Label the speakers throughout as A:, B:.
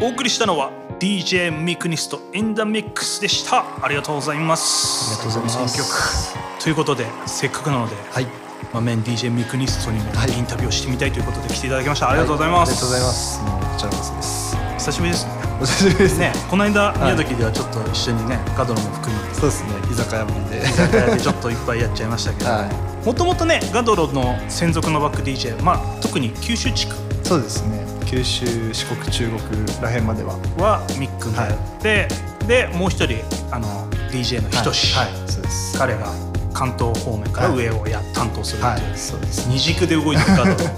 A: お送りしたのは DJ ミクニストインダミックスでしたありがとうございます
B: ありがとうございます
A: この曲ということでせっかくなので、
B: はい
A: まあ、メン DJ ミクニストにも
B: はい
A: インタビューをしてみたいということで来ていただきました、ありがとうございます、
B: ありがとうございますもうこちらこそです
A: 久しぶりですね
B: お久しぶりです
A: ねこの間
B: い
A: 宮崎ではちょっと一緒にねガドロも含め
B: そうですね居酒屋もんで
A: 居酒屋でちょっといっぱいやっちゃいましたけど、
B: は
A: もともとねガドロの専属のバック DJ、まあ、特に九州地区
B: いそうですね九州四国中国らへんまでは
A: はミックンで、
B: は
A: ででもう一人あの DJ のひとし、
B: はい、はいそうです
A: 彼が関東方面から上をや、担当するっていう、
B: はいそうです
A: 二軸で動いてるガ ドロ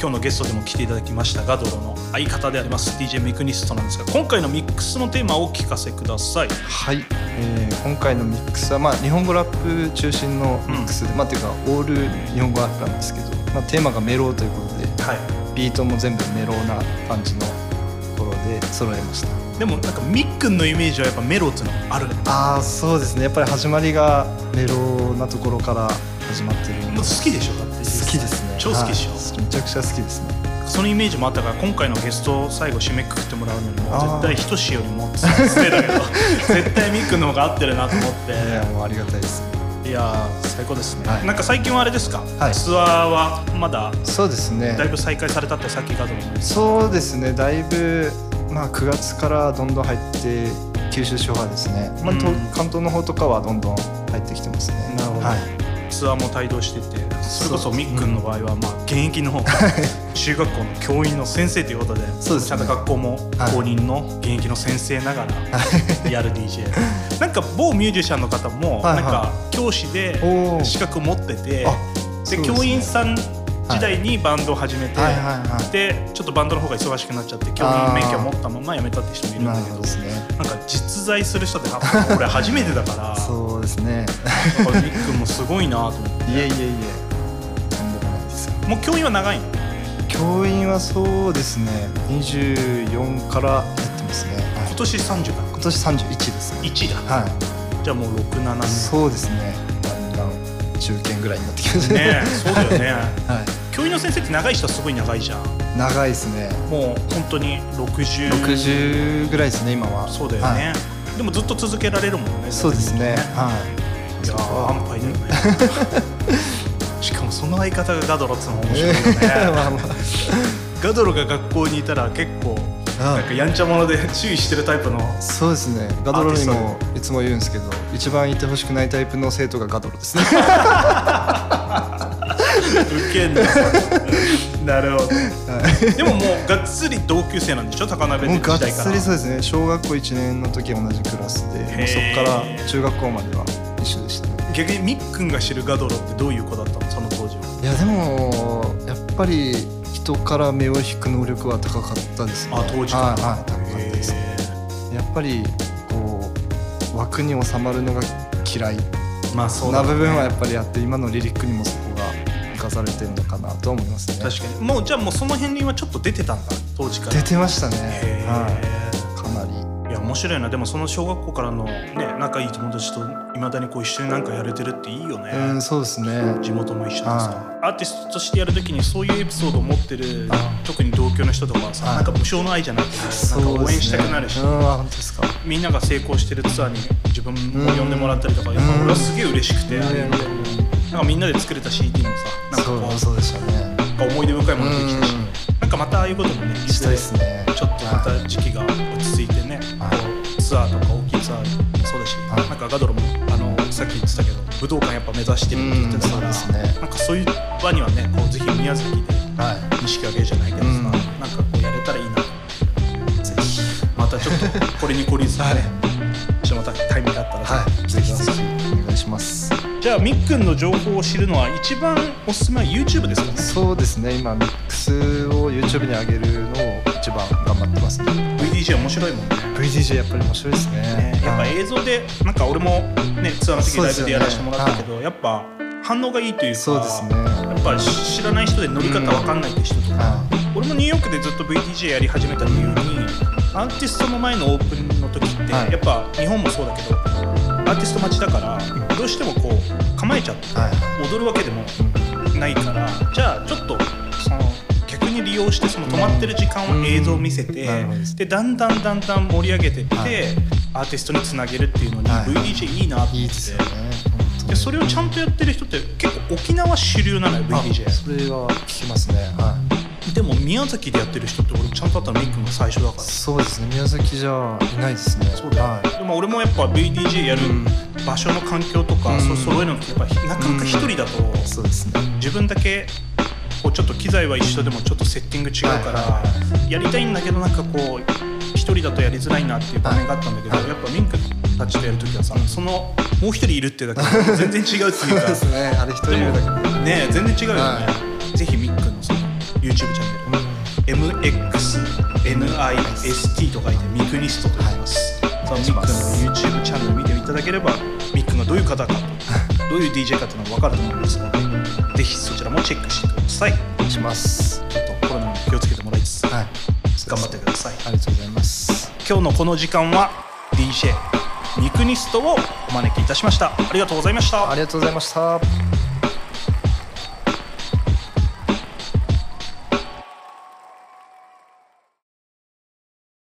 A: 今日のゲストでも来ていただきましたガドロの相方であります DJ ミクニストなんですが今回のミックスのテーマをお聞かせください
B: はい、えー今回のミックスは、まあ、日本語ラップ中心のミックスで、まあというかオール日本語ラップなんですけど、まあ、テーマがメロということで
A: は
B: ビートも全部メロな感じのところで揃えました
A: いでもなんかミックンのイメージはやっぱメロっていうのがあるね
B: ああそうですねやっぱり始まりがメロなところから始まってる
A: もう好きでしょだって
B: 好きですね
A: 超好きでしょ、
B: はいめちゃくちゃ好きですね
A: そのイメージもあったから今回のゲストを最後締めくくってもらうのにも
B: あー
A: 絶対ひとしよりも 失礼だけど絶対みっくんの方が合ってるなと思っ
B: いや
A: て
B: もうありがたいです
A: いやー最高ですね、
B: はい
A: なんか最近はあれですか、
B: はい
A: ツアーはまだ
B: そうですね
A: だいぶ再開されたってさっきガドロも言ってた
B: そうですねだいぶ、まあ、9月からどんどん入って九州地方はですね、まあ、と
A: うん
B: 関東の方とかはどんどん入ってきてますね
A: なるほど
B: はい、
A: ツアーも帯同しててそれこそみっくんの場合はまあ現役の方中学校の教員の先生ということで
B: そうですね
A: ちゃんと学校も公認の現役の先生ながらやる DJ なんか某ミュージシャンの方も
B: はい
A: な
B: は
A: んか
B: い
A: 教師で
B: おー
A: 資格持ってて
B: あそう
A: で
B: ですね
A: 教員さん時代にバンドを始めて
B: はいはいは
A: でちょっとバンドの方が忙しくなっちゃって教員免許を持ったまま辞めたって人もい
B: い
A: るん
B: な
A: だ
B: る
A: け
B: ほ
A: ど
B: どですね
A: なんか実在する人ってあ俺初めてだから
B: そうですね
A: だからみっくんもすごいなと思って。
B: いえいえいえとんでもないですよ
A: もう教員は長いの
B: 教員はそうですね24からやってますね、はい
A: 今年30だ
B: 今年31ですね
A: 1だ
B: はい
A: じゃあもう67年
B: そうですねだんだん中堅ぐらいになってきました
A: ねえそうだよね
B: は
A: 教員の先生って長い人はすごい長いじゃん
B: い長いですね
A: もう本当に60
B: 60ぐらいですね今は
A: そうだよ
B: はい
A: ね、でもずっと続けられるもんね
B: そうですね。
A: い
B: はい。
A: やー安牌だよね しかもその相方がガドロっつうのも面白いよ
B: えー
A: ね
B: まあま
A: ガドロが学校にいたら結構
B: あ
A: なんかやんちゃ者で注意してるタイプの
B: そうですね。ガドロに
A: アー
B: もいつも言うんですけど、一番いてほしくないタイプの生徒がガドロですね。
A: ウケんだなるほど
B: は
A: でももうがっつり同級生なんでしょ高鍋
B: い。
A: で
B: もう
A: 時
B: が
A: 代
B: っ
A: から
B: つりそうですね。小学校一年の時は同じクラスで、もうそ
A: へー
B: こから中学校までは一緒でしたね。
A: 逆にみっくんが知るガドロってどういう子だったのその当時はい
B: やでもやっぱり人から目を引く能力は高かったですね。
A: あ当時から
B: はいはい高かったですね。やっぱりこう枠に収まるのが嫌い。
A: まあ
B: そ
A: そ
B: ん
A: うだ
B: な
A: ね
B: 部分はやっぱりあって今のリリックにもそこが生かされてるのかなとは思いますね
A: 確かにもうじゃあもうその辺にはちょっと出てたんだ当時から
B: 出てましたね
A: へ、
B: は
A: ー
B: い、かなり
A: いや面白いなでもその小学校からのね仲いい友達といまだにこう一緒になんかやれてるっていいよね、
B: うんそうですね
A: 地元も一緒でさ、
B: は
A: アーティストとしてやるときにそういうエピソードを持ってる
B: あ
A: 特に同居の人とかはさ、
B: はい
A: なんか無償の愛じゃなくてなんか応援したくなるし、
B: そうですねうんあ本当ですか
A: みんなが成功してるツアーに自分も呼んでもらったりとか、やっぱ俺はすげえ嬉しくて、なんかみんなで作れた CD もさなんかこ
B: そ
A: う
B: うそうでしたね
A: なんか思い出深いものができたし、
B: うん
A: なんかまたああいうこともね
B: したいですね
A: ちょっとまた時期が落ち着いてね、
B: はい
A: ツアーとか大きいツアーもそうだし、
B: はい
A: なんかガドロもあのさっき言ってたけど武道館やっぱ目指してるって言ってたから、
B: うんそうですね
A: なんかそういう場にはねこうぜひ宮崎で
B: は
A: 錦上げじゃないけどさ、
B: うん
A: なんかこうやれたらいいなぜひまたちょっとこれに懲りずね、ちょっとまたタイミングあったら
B: い
A: さ
B: はい
A: ぜ
B: ぜ
A: ひ
B: ひ
A: ぜ
B: ぜ
A: ひ
B: ひお願いします
A: じゃあみっくんの情報を知るのは一番おすすめは YouTube ですかね
B: そうですね今ミックスを YouTube に上げるのを一番頑張ってますね
A: VDJ 面白いもんね
B: VDJ やっぱり面白いですね
A: やっぱ
B: はい
A: 映像でなんか俺もねツアーの時
B: そう
A: ライ
B: です
A: ブで
B: よね
A: やらせてもらったけど、やっぱ反応がいいというか
B: そうですね
A: やっぱ知らない人で乗り方わかんないって人とか、
B: はい
A: 俺もニューヨークでずっと VDJ やり始めた理由にアーティストの前のオープンの時って、
B: はい
A: やっぱ日本もそうだけどアーティスト待ちだからどうしてもこう構えちゃって
B: はい
A: 踊るわけでも
B: うん
A: ないからじゃあちょっとその逆にに利用してその止まってる時間を映像を見せて、
B: うんなるほどです
A: でだんだんだんだん盛り上げてって、
B: はい
A: アーティストにつなげるっていうのに、
B: はい
A: VDJ いいなと思って
B: いいですよね
A: でそれをちゃんとやってる人って結構沖縄主流なのよ
B: あ
A: VDJ
B: それは聞きますねはい
A: でも宮崎でやってる人って俺ちゃんとあったのミックの最初だから
B: そうですね宮崎じゃいないですね
A: そうだよ、
B: はい
A: でも俺もやっぱ VDJ やる
B: うん
A: 場所の環境とか、
B: うん
A: そう揃えるのってやっぱなかなか一人だと、
B: そうですね
A: 自分だけこうちょっと機材は一緒でもちょっとセッティング違うから、
B: は
A: やりたいんだけどなんかこう一人だとやりづらいなっていう場面があったんだけど、
B: はい
A: やっぱミンクたちとやるときはさそのもう一人いるってだけで全然違うっていう
B: そう
A: か
B: ですねあれ一人いるだけで
A: ね全然違うよね、
B: は
A: ぜひミンクのその YouTube チャンネル、MXNIST と書いてミクニストと言います、そのミックの YouTube チャンネル見ていただければミックがどういう方かとどういう DJ かっていうのが分かると思うんですのでぜひそちらもチェックしてください
B: お願いします
A: ちょっとコロナに気をつけてもらいつつ頑
B: はい
A: 張ってください
B: ありがとうございます
A: 今日のこの時間は DJ ミクニストをお招きいたしましたありがとうございました
B: ありがとうございました